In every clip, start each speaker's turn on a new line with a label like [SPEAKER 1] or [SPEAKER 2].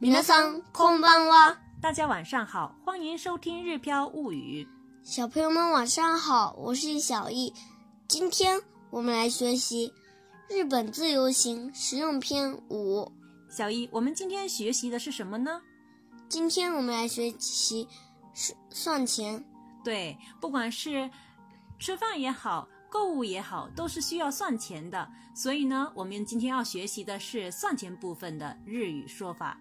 [SPEAKER 1] 皆さんこんばんは。
[SPEAKER 2] 大家晚上好，欢迎收听《日飘物语
[SPEAKER 1] 小朋友们晚上好，我是小易。今天我们来学习《日本自由行实用篇五》。》。
[SPEAKER 2] 小一，我们今天学习的是什么呢？
[SPEAKER 1] 今天我们来学习算算钱。
[SPEAKER 2] 对，不管是吃饭也好，购物也好，都是需要算钱的。所以呢，我们今天要学习的是算钱部分的日语说法。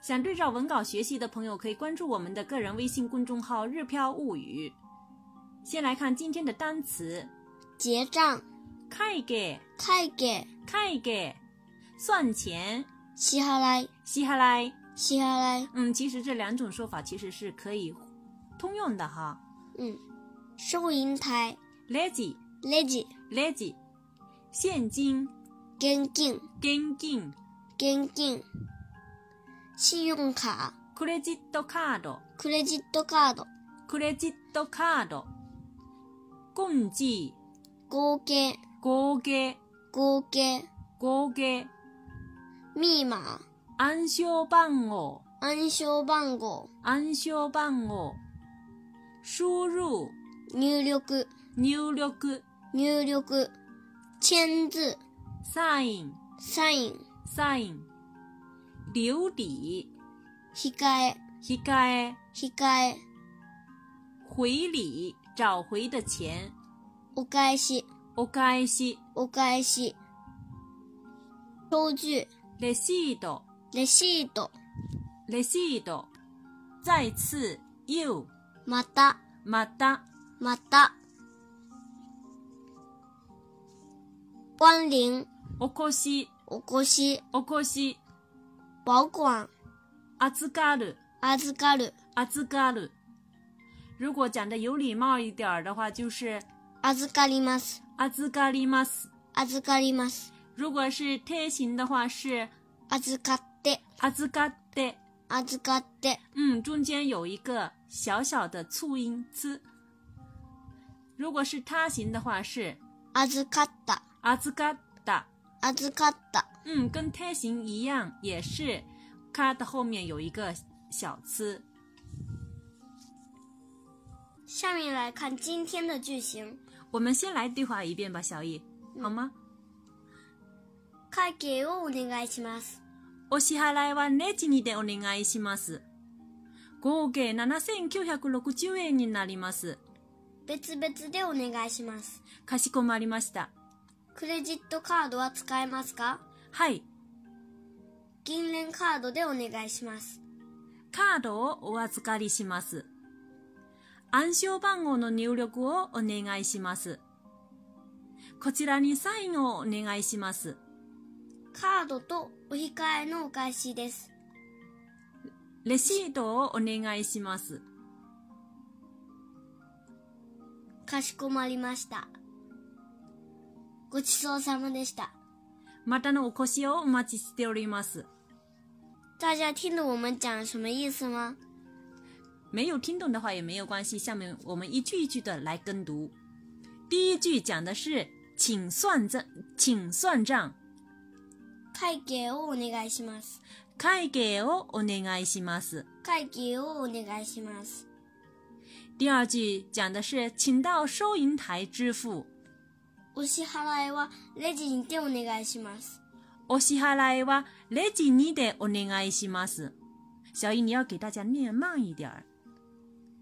[SPEAKER 2] 想对照文稿学习的朋友，可以关注我们的个人微信公众号“日飘物语”。先来看今天的单词：
[SPEAKER 1] 结账、
[SPEAKER 2] 会計、
[SPEAKER 1] 会計、
[SPEAKER 2] 会計，算钱、
[SPEAKER 1] 支払い、
[SPEAKER 2] 支払い。
[SPEAKER 1] 支払い。
[SPEAKER 2] 嗯，其实这两种说法其实是可以通用的哈。
[SPEAKER 1] 嗯，收银台、
[SPEAKER 2] レジ、
[SPEAKER 1] レジ、
[SPEAKER 2] レジ、现金、
[SPEAKER 1] 現金、
[SPEAKER 2] 現金、
[SPEAKER 1] 現金、信用卡、
[SPEAKER 2] クレジットカード、
[SPEAKER 1] クレジットカード、
[SPEAKER 2] クレジットカード、工具、
[SPEAKER 1] 合計、
[SPEAKER 2] 合計、
[SPEAKER 1] 合計、
[SPEAKER 2] 合計、
[SPEAKER 1] ミーマー、
[SPEAKER 2] 暗証番号、
[SPEAKER 1] 暗証番号、
[SPEAKER 2] 暗証番号、哦输入、
[SPEAKER 1] 入力、
[SPEAKER 2] 入力、
[SPEAKER 1] 入力、签字、
[SPEAKER 2] サイン、
[SPEAKER 1] サイン、
[SPEAKER 2] サイン、留理、
[SPEAKER 1] 控え、
[SPEAKER 2] 控え、
[SPEAKER 1] 控え、
[SPEAKER 2] 回礼，找回的钱。
[SPEAKER 1] お返し、
[SPEAKER 2] お返し、
[SPEAKER 1] お返し、標準、
[SPEAKER 2] レシート、
[SPEAKER 1] レシート、
[SPEAKER 2] レシート。再次、you、
[SPEAKER 1] また、
[SPEAKER 2] また、
[SPEAKER 1] また。关林、
[SPEAKER 2] おこし、
[SPEAKER 1] お越し、
[SPEAKER 2] おこし、
[SPEAKER 1] 保管、
[SPEAKER 2] 預かる、
[SPEAKER 1] 預かる、
[SPEAKER 2] 預かる。如果讲的有礼貌一点儿的话，就是
[SPEAKER 1] 預かります、
[SPEAKER 2] 預かります。
[SPEAKER 1] 預かります、
[SPEAKER 2] 如果是贴心的话，是
[SPEAKER 1] 預かって、
[SPEAKER 2] 預かって。
[SPEAKER 1] 預かって。
[SPEAKER 2] 嗯，中间有一个小小的促音词。如果是他行的话，是
[SPEAKER 1] 預かった、
[SPEAKER 2] 預かった。
[SPEAKER 1] 預かった、
[SPEAKER 2] 嗯，跟胎形一样，也是它的后面有一个小词。
[SPEAKER 1] 下面来看今天的句型。
[SPEAKER 2] 我们先来对话一遍吧，小易，好吗？
[SPEAKER 1] 会計をお願いします。
[SPEAKER 2] お支払いはレジにてお願いします。合計7960円になります。
[SPEAKER 1] 別々でお願いします。
[SPEAKER 2] かしこまりました。
[SPEAKER 1] クレジットカードは使えますか
[SPEAKER 2] はい。
[SPEAKER 1] 銀連カードでお願いします。
[SPEAKER 2] カードをお預かりします。暗証番号の入力をお願いします。こちらにサインをお願いします。
[SPEAKER 1] カードとお控えのお返しです。
[SPEAKER 2] レシートをお願いします。
[SPEAKER 1] かしこまりました。ごちそうさまでした。
[SPEAKER 2] またのお越しをお待ちしております。
[SPEAKER 1] 大家听懂我们讲什么意思吗？
[SPEAKER 2] 没有听懂的话也没有关系，下面我们一句一句的来跟读。第一句讲的是请算账，请算账，
[SPEAKER 1] 会計をお願いします。
[SPEAKER 2] 会計をお願いします。
[SPEAKER 1] 会計をお願いします。
[SPEAKER 2] 第二句讲的是请到收银台支付。
[SPEAKER 1] お支払いはレジにてお願いします。
[SPEAKER 2] お支払いはレジにでお願いします。小姨，你要给大家念慢一点儿。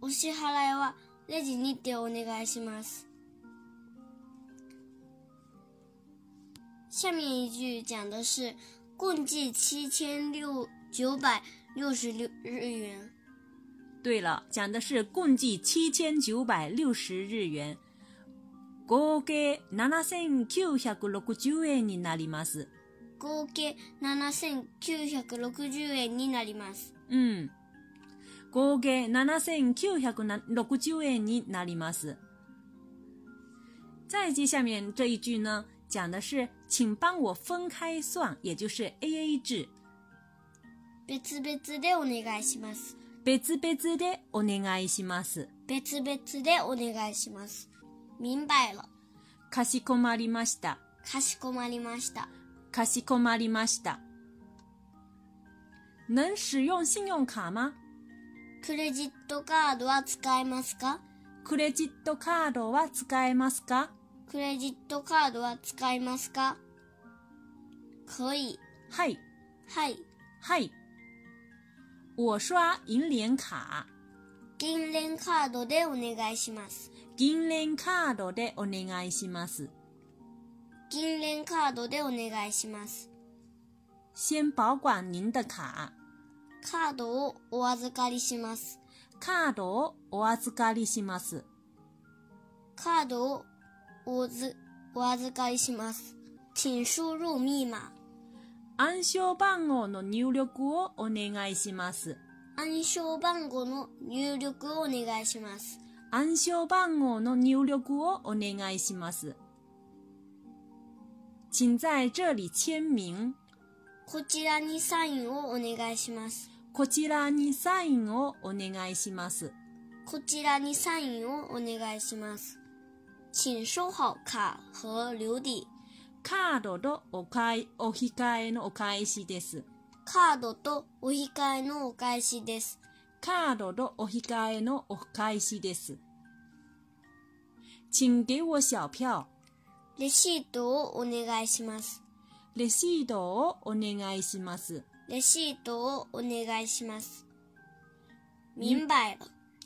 [SPEAKER 1] お支払いはレジにてお願いします。下面一句讲的是共计七千六九百六十六日元。
[SPEAKER 2] 对了，讲的是共计七千九百六十日元，合計七千九百六十円になります。
[SPEAKER 1] 合計7960円になります。
[SPEAKER 2] うん。嗯合計七千九百六十円になります。再接下面这一句呢，讲的是请帮我分开算，也就是 A A 制，
[SPEAKER 1] 別々でお願いします。
[SPEAKER 2] 別々でお願いします。
[SPEAKER 1] 別々でお願いします。明白了。
[SPEAKER 2] かしこまりました。
[SPEAKER 1] かしこまりました。
[SPEAKER 2] かしこまりました。能使用信用卡吗？
[SPEAKER 1] クレジットカードは使えますか
[SPEAKER 2] クレジットカードは使えますか
[SPEAKER 1] クレジットカードは使えますか可以。
[SPEAKER 2] はい、
[SPEAKER 1] はい。
[SPEAKER 2] はい。我刷银联卡。
[SPEAKER 1] 銀連カードでお願いします。
[SPEAKER 2] 銀聯カードでお願いします。
[SPEAKER 1] 銀連カードでお願いします。
[SPEAKER 2] 先保管您的卡。
[SPEAKER 1] カードをお預かりします。
[SPEAKER 2] カードをお預かりします。
[SPEAKER 1] カードをおずお預かりします。请输入密码。
[SPEAKER 2] 暗証番号の入力をお願いします。
[SPEAKER 1] 暗証番号の入力をお願いします。
[SPEAKER 2] 暗証番号の入力をお願いします。请在这里签名。
[SPEAKER 1] こちらにサインをお願いします。
[SPEAKER 2] こちらにサインをお願いします。
[SPEAKER 1] こちらにサインをお願いします。请收好卡和留底。
[SPEAKER 2] カードとお買いお控えのお返しです。
[SPEAKER 1] カードとお控えのお返しです。
[SPEAKER 2] カードとお控えのお返しです。请给我小票。
[SPEAKER 1] レシートをお願いします。
[SPEAKER 2] レシートをお願いします。
[SPEAKER 1] レシートをお願いします。明白了。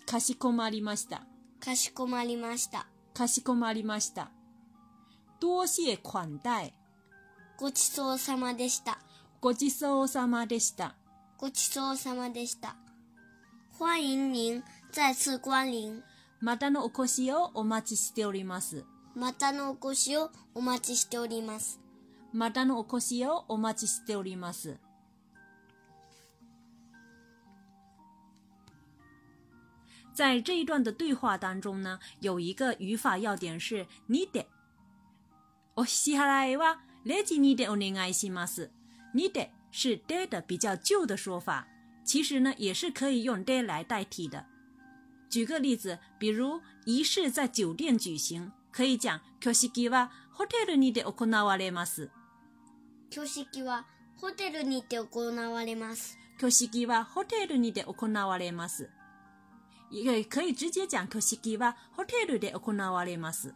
[SPEAKER 2] かしこまりました。
[SPEAKER 1] かしこまりました。
[SPEAKER 2] かしこまりました。多谢款待。
[SPEAKER 1] ごちそうさまでした。
[SPEAKER 2] ごちそうさまでした。
[SPEAKER 1] ごちそうさまでした。欢迎您再次光臨。
[SPEAKER 2] またのお越しをお待ちしております。
[SPEAKER 1] またのお越しをお待ちしております。
[SPEAKER 2] またのお越しをお待ちしております。在这一段的对话当中呢，有一个语法要点是“你得”。お支払いはレジにでお願いします。你得是 “de” 的比较旧的说法，其实呢也是可以用 “de” 来代替的。举个例子，比如仪式在酒店举行，可以讲“挙式はホテルにで行われます”。
[SPEAKER 1] 挙式はホテルにて行われます。
[SPEAKER 2] 挙式はホテルにで行われます。也可以直接讲挙式はホテルで行われます。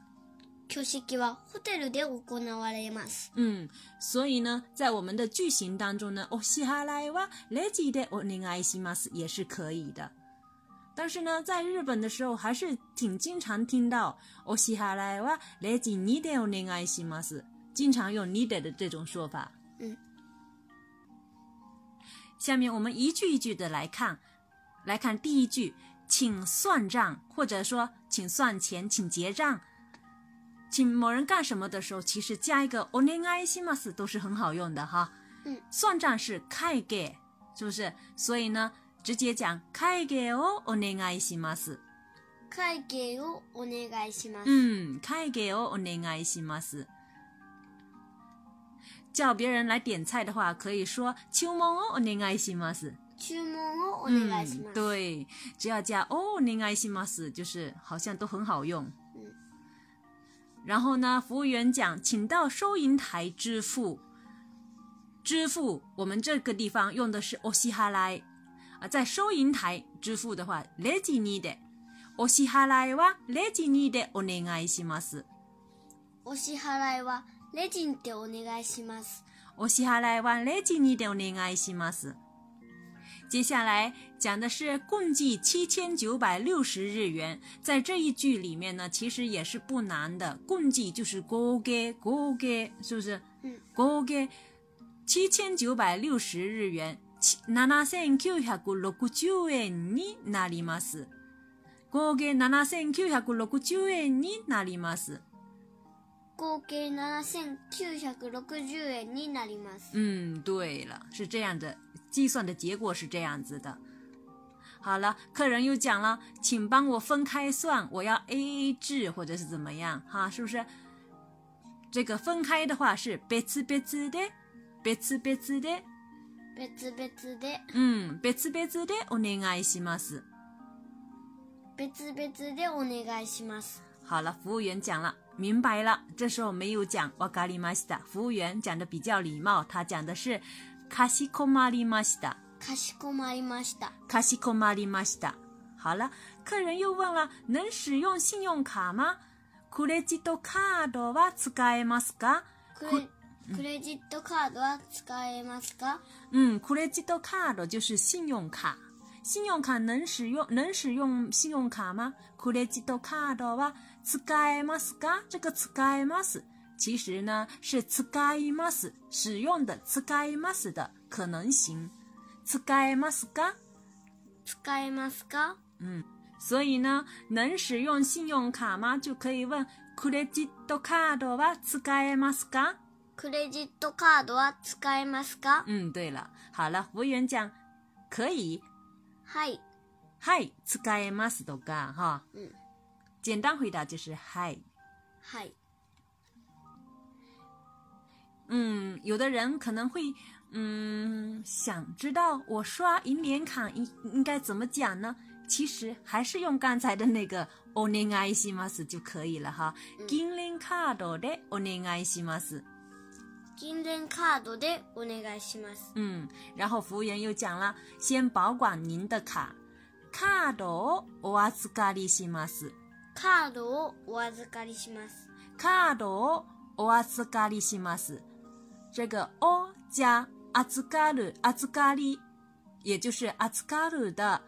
[SPEAKER 1] 挙式はホテルで行われます。
[SPEAKER 2] 嗯，所以呢，在我们的句型当中呢，お哦支払いはレジでお願いします也是可以的。但是呢，在日本的时候还是挺经常听到哦お支払いはレジにでお願いします，经常用にで的这种说法。
[SPEAKER 1] 嗯，
[SPEAKER 2] 下面我们一句一句的来看，来看第一句，请算账，或者说请算钱，请结账，请某人干什么的时候，其实加一个 o n e g a i s i m a s 都是很好用的哈。
[SPEAKER 1] 嗯，
[SPEAKER 2] 算账是 kai ge，是不是？所以呢，直接讲 kai ge o o n e g a i s i m a s
[SPEAKER 1] 会計をお願いします。
[SPEAKER 2] 嗯，kai ge o o n e g a i s i m a s 叫别人来点菜的话，可以说 c h u m o o n e g a i s i m a s
[SPEAKER 1] 注文をお願いします。
[SPEAKER 2] 嗯。对，只要加哦，您爱します，就是好像都很好用。
[SPEAKER 1] 嗯
[SPEAKER 2] 然后呢，服务员讲，请到收银台支付。支付，我们这个地方用的是哦お支払い啊，在收银台支付的话，レジにで。お支払いはレジにでお願いします。
[SPEAKER 1] お支払いはレジンでお願いします。
[SPEAKER 2] お支払いはレジにでお願いします。接下来讲的是共计七千九百六十日元，在这一句里面呢，其实也是不难的。共计就是合計，合計是不是？
[SPEAKER 1] 嗯，
[SPEAKER 2] 合計七千九百六十日元，七千九百六十円になります。合計七千九百六十円になります。
[SPEAKER 1] 合計7960円になります。
[SPEAKER 2] 嗯，对了，是这样的，计算的结果是这样子的。好了，客人又讲了，请帮我分开算，我要 A A 制或者是怎么样哈，是不是？这个分开的话是別々で，別々で，
[SPEAKER 1] 別々で、
[SPEAKER 2] 嗯，別々でお願いします。
[SPEAKER 1] 別々でお願いします。
[SPEAKER 2] 好了，服务员讲了，明白了。这时候没有讲わかりました，服务员讲的比较礼貌，他讲的是かしこまりました。
[SPEAKER 1] かしこまりました。
[SPEAKER 2] かしこまりました。好了，客人又问了，能使用信用卡吗？クレジットカードは使えますか？
[SPEAKER 1] クレクレジットカードは使えますか
[SPEAKER 2] 嗯，クレジットカード就是信用卡。信用卡能使用能使用信用卡吗？クレジットカードは使えますか？这个使えます其实呢是使います使用的使います的可能性。使えますか？
[SPEAKER 1] 使えますか
[SPEAKER 2] 所以呢，能使用信用卡吗？就可以问クレジットカードは使えますか？
[SPEAKER 1] クレジットカードは使えますか
[SPEAKER 2] 嗯，对了，好了，服务员讲可以，
[SPEAKER 1] はい。
[SPEAKER 2] はい使えますとか哈。
[SPEAKER 1] 嗯，
[SPEAKER 2] 简单回答就是はい。
[SPEAKER 1] はい。
[SPEAKER 2] 嗯，有的人可能会嗯想知道我刷银联卡应应该怎么讲呢？其实还是用刚才的那个お願いします就可以了哈。銀聯カードでお願いします。
[SPEAKER 1] 金電カードでお願いします。
[SPEAKER 2] 嗯，然后服务员又讲了，先保管您的卡。卡をお預かりします。
[SPEAKER 1] カードをお預かりします。
[SPEAKER 2] 卡をお預かりします。这个“お”加“預かる”、“預かり”，也就是“預かる”的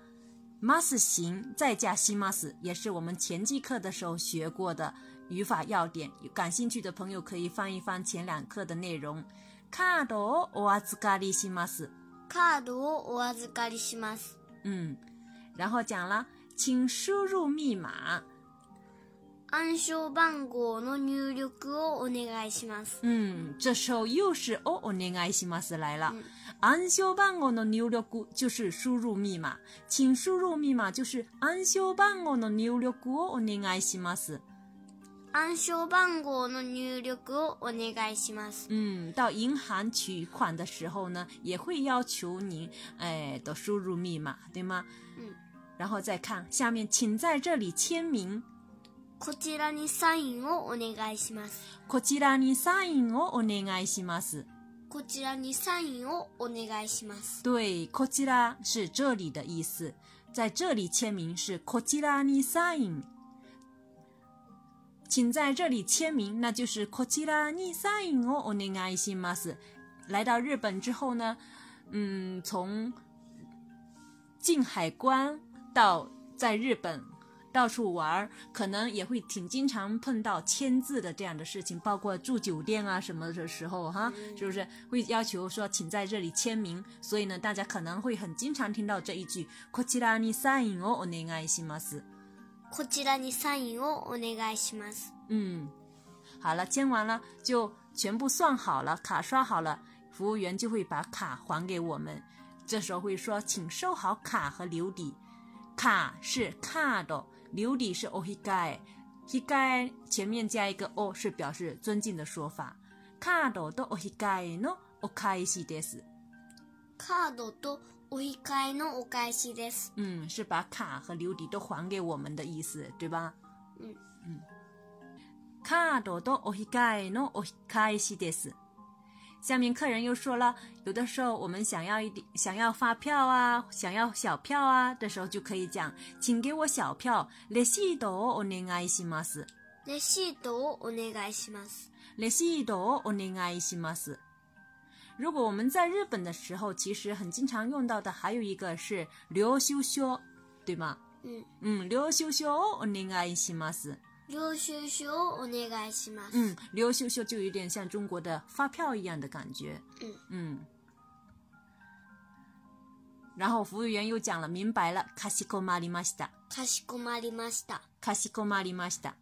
[SPEAKER 2] “mas” 形，再加“します”，也是我们前几课的时候学过的语法要点。有感兴趣的朋友可以翻一翻前两课的内容。卡をお預かりします。
[SPEAKER 1] カードをお預かりします。
[SPEAKER 2] 嗯，然后讲了，请输入密码。
[SPEAKER 1] 暗証番号の入力をお願いします。
[SPEAKER 2] 嗯，这时候又是哦お願いします来了。暗証番号の入力就是输入密码，请输入密码就是暗証番号の入力をお願いします。
[SPEAKER 1] 暗証番号の入力をお願いします。
[SPEAKER 2] 嗯，到银行取款的时候呢，也会要求您哎的输入密码，对吗？
[SPEAKER 1] 嗯。
[SPEAKER 2] 然后再看下面，请在这里签名。
[SPEAKER 1] こちらにサインをお願いします。
[SPEAKER 2] こちらにサインをお願いします。
[SPEAKER 1] こちらにサインをお願いします。
[SPEAKER 2] 对，こちら是这里的意思，在这里签名是こちらにサイン，请在这里签名，那就是こちらにサインをお願いします。来到日本之后呢，嗯，从进海关到在日本到处玩儿，可能也会挺经常碰到签字的这样的事情，包括住酒店啊什么的时候哈，是不是会要求说请在这里签名？所以呢，大家可能会很经常听到这一句“こちらにサインをお願いします
[SPEAKER 1] こちらにサインをお願いします。”。
[SPEAKER 2] 嗯，好了，签完了就全部算好了，卡刷好了，服务员就会把卡还给我们。这时候会说，请收好卡和留底。卡是 card，留底是 o h i g a i h i g a i 前面加一个 o 是表示尊敬的说法。card 的哦 o h i g a i のお返しです。
[SPEAKER 1] カードとお控えのお返しです。
[SPEAKER 2] 嗯，是把卡和留底都还给我们的意思，对吧？
[SPEAKER 1] 嗯
[SPEAKER 2] 嗯。カードとお控えのお返しです。下面客人又说了，有的时候我们想要一点，想要发票啊，想要小票啊，这时候就可以讲，请给我小票，レシートをお願いします。
[SPEAKER 1] レシートをお願いします。
[SPEAKER 2] レシートをお願いします。如果我们在日本的时候，其实很经常用到的还有一个是領収書，对吗？
[SPEAKER 1] うん。
[SPEAKER 2] 嗯，領収書をお願いします。
[SPEAKER 1] 領収書をお願いします。
[SPEAKER 2] 嗯，領収書就有点像中国的发票一样的感觉。
[SPEAKER 1] 嗯
[SPEAKER 2] 嗯。然后服务员又讲了，明白了，かしこまりました，
[SPEAKER 1] かしこまりました。
[SPEAKER 2] かしこまりました。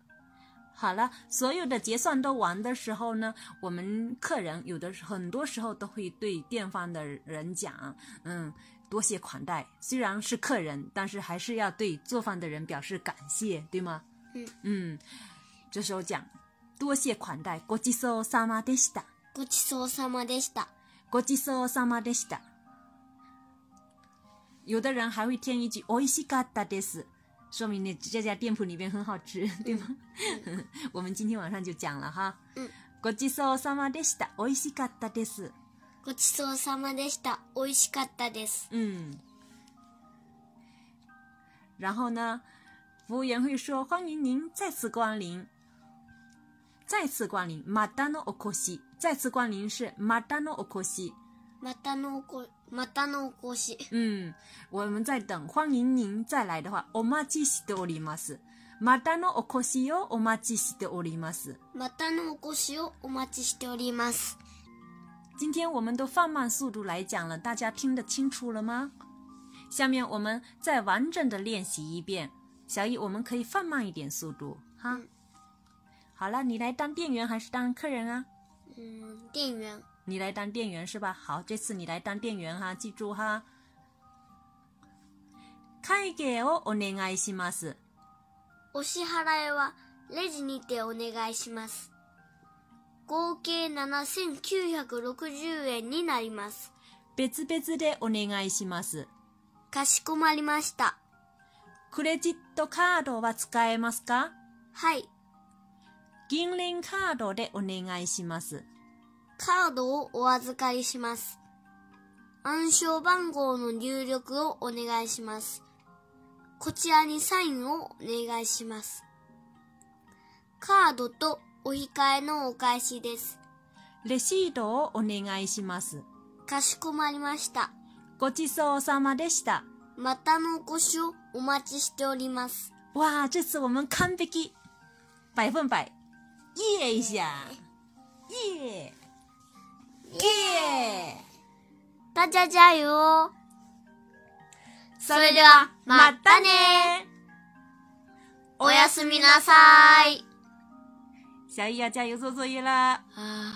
[SPEAKER 2] 好了，所有的结算都完的时候呢，我们客人有的时候很多时候都会对店方的人讲，嗯，多谢款待。虽然是客人，但是还是要对做饭的人表示感谢，对吗？
[SPEAKER 1] 嗯
[SPEAKER 2] 嗯，这时候讲，多谢款待，ごちそうさまでした，
[SPEAKER 1] ごちそうさまでした。
[SPEAKER 2] ごちそうさまでした。有的人还会添一句“おいしかったです”，说明那这家店铺里边很好吃，对吗？ 我们今天晚上就讲了哈。
[SPEAKER 1] 嗯
[SPEAKER 2] ごちそうさまでした。おいしかったです。
[SPEAKER 1] ごちそうさまでした。美味しかったです。
[SPEAKER 2] 嗯，然后呢，服务员会说：“欢迎您再次光临，再次光临。”马达诺 o k o 再次光临是马达诺 o k o
[SPEAKER 1] またのおこ、またのお越し。
[SPEAKER 2] 嗯，我们在等，欢迎您再来的话，お待ちしております。またのお越しをお待ちしております。
[SPEAKER 1] またのお越しをお待ちしております。
[SPEAKER 2] 今天我们都放慢速度来讲了，大家听得清楚了吗？下面我们再完整的练习一遍。小易，我们可以放慢一点速度哈。
[SPEAKER 1] 嗯
[SPEAKER 2] 好了，你来当店员还是当客人啊？
[SPEAKER 1] 嗯，店员。
[SPEAKER 2] 你来当店员是吧？好，这次你来当店员哈，记住哈。会計を哦お願いします。
[SPEAKER 1] お支払いはレジにてお願いします。合計7960円になります。
[SPEAKER 2] 別々でお願いします。
[SPEAKER 1] かしこまりました。
[SPEAKER 2] クレジットカードは使えますか
[SPEAKER 1] はい。
[SPEAKER 2] 銀聯カードでお願いします。
[SPEAKER 1] カードをお預かりします。暗証番号の入力をお願いします。こちらにサインをお願いします。カードとお控えのお返しです。
[SPEAKER 2] レシートをお願いします。
[SPEAKER 1] かしこまりました。
[SPEAKER 2] ごちそうさまでした。
[SPEAKER 1] またのお越しをお待ちしております。
[SPEAKER 2] 哇，这次我们完璧，百分百，耶一下，耶耶，
[SPEAKER 1] 大家加油哦！それでは、またねおやすみなさい。
[SPEAKER 2] 小易要加油做作业啦。
[SPEAKER 1] 啊。